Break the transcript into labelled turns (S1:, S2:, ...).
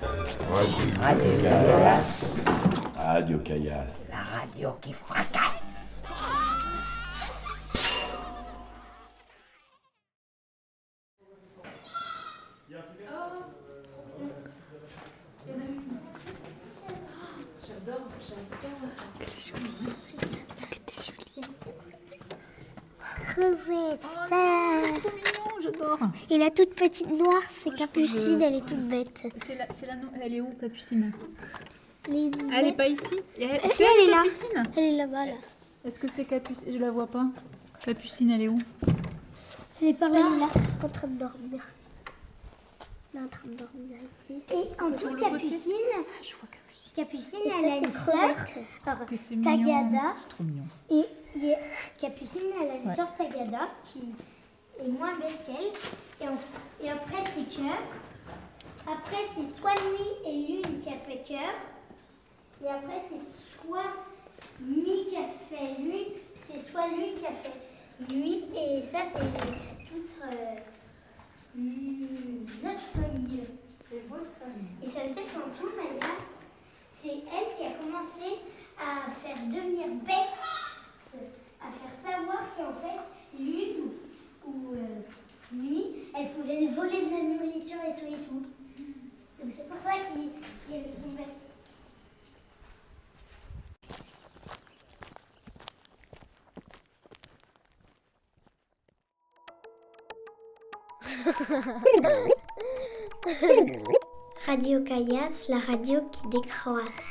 S1: Radio Caillasse,
S2: Radio Caillasse.
S1: la radio qui fracasse.
S3: J'adore, j'adore ça.
S4: Crevette.
S3: Trop mignon, j'adore.
S4: Et la toute petite noire, c'est Capucine, elle est toute bête.
S3: C'est la, c'est la no- Elle est où, Capucine
S4: Elle est,
S3: Elle est pas ici Et elle,
S4: Si, elle est là.
S3: Capucine
S4: Elle est là-bas, là.
S3: Est-ce que c'est Capucine Je la vois pas. Capucine, elle est où
S4: Elle est par là, là, en train de dormir. Elle est en train de dormir ici. Et en toute Capucine,
S3: Je vois Capucine.
S4: Capucine, elle a une sœur,
S3: Que c'est mignon.
S4: Tagada.
S3: Trop mignon.
S4: Et il y a- Capucine, elle a une sœur Tagada qui est moins belle qu'elle. Et, en- et après, c'est Cœur. Après, c'est soit Nuit et Lune qui a fait Cœur. Et après, c'est soit Nuit qui a fait Lune. puis C'est soit Lune qui a fait Nuit. Et ça, c'est toute euh, hmm, notre famille. C'est votre famille. Et ça veut dire qu'en tout, Maya, c'est elle qui a commencé à faire devenir bête, à faire savoir qu'en fait, lune ou, ou, euh, nuit, elle pouvait voler de la nourriture et tout et tout. Donc c'est pour ça qu'ils- qu'elles sont bêtes. Radio Caillasse, la radio qui décroisse.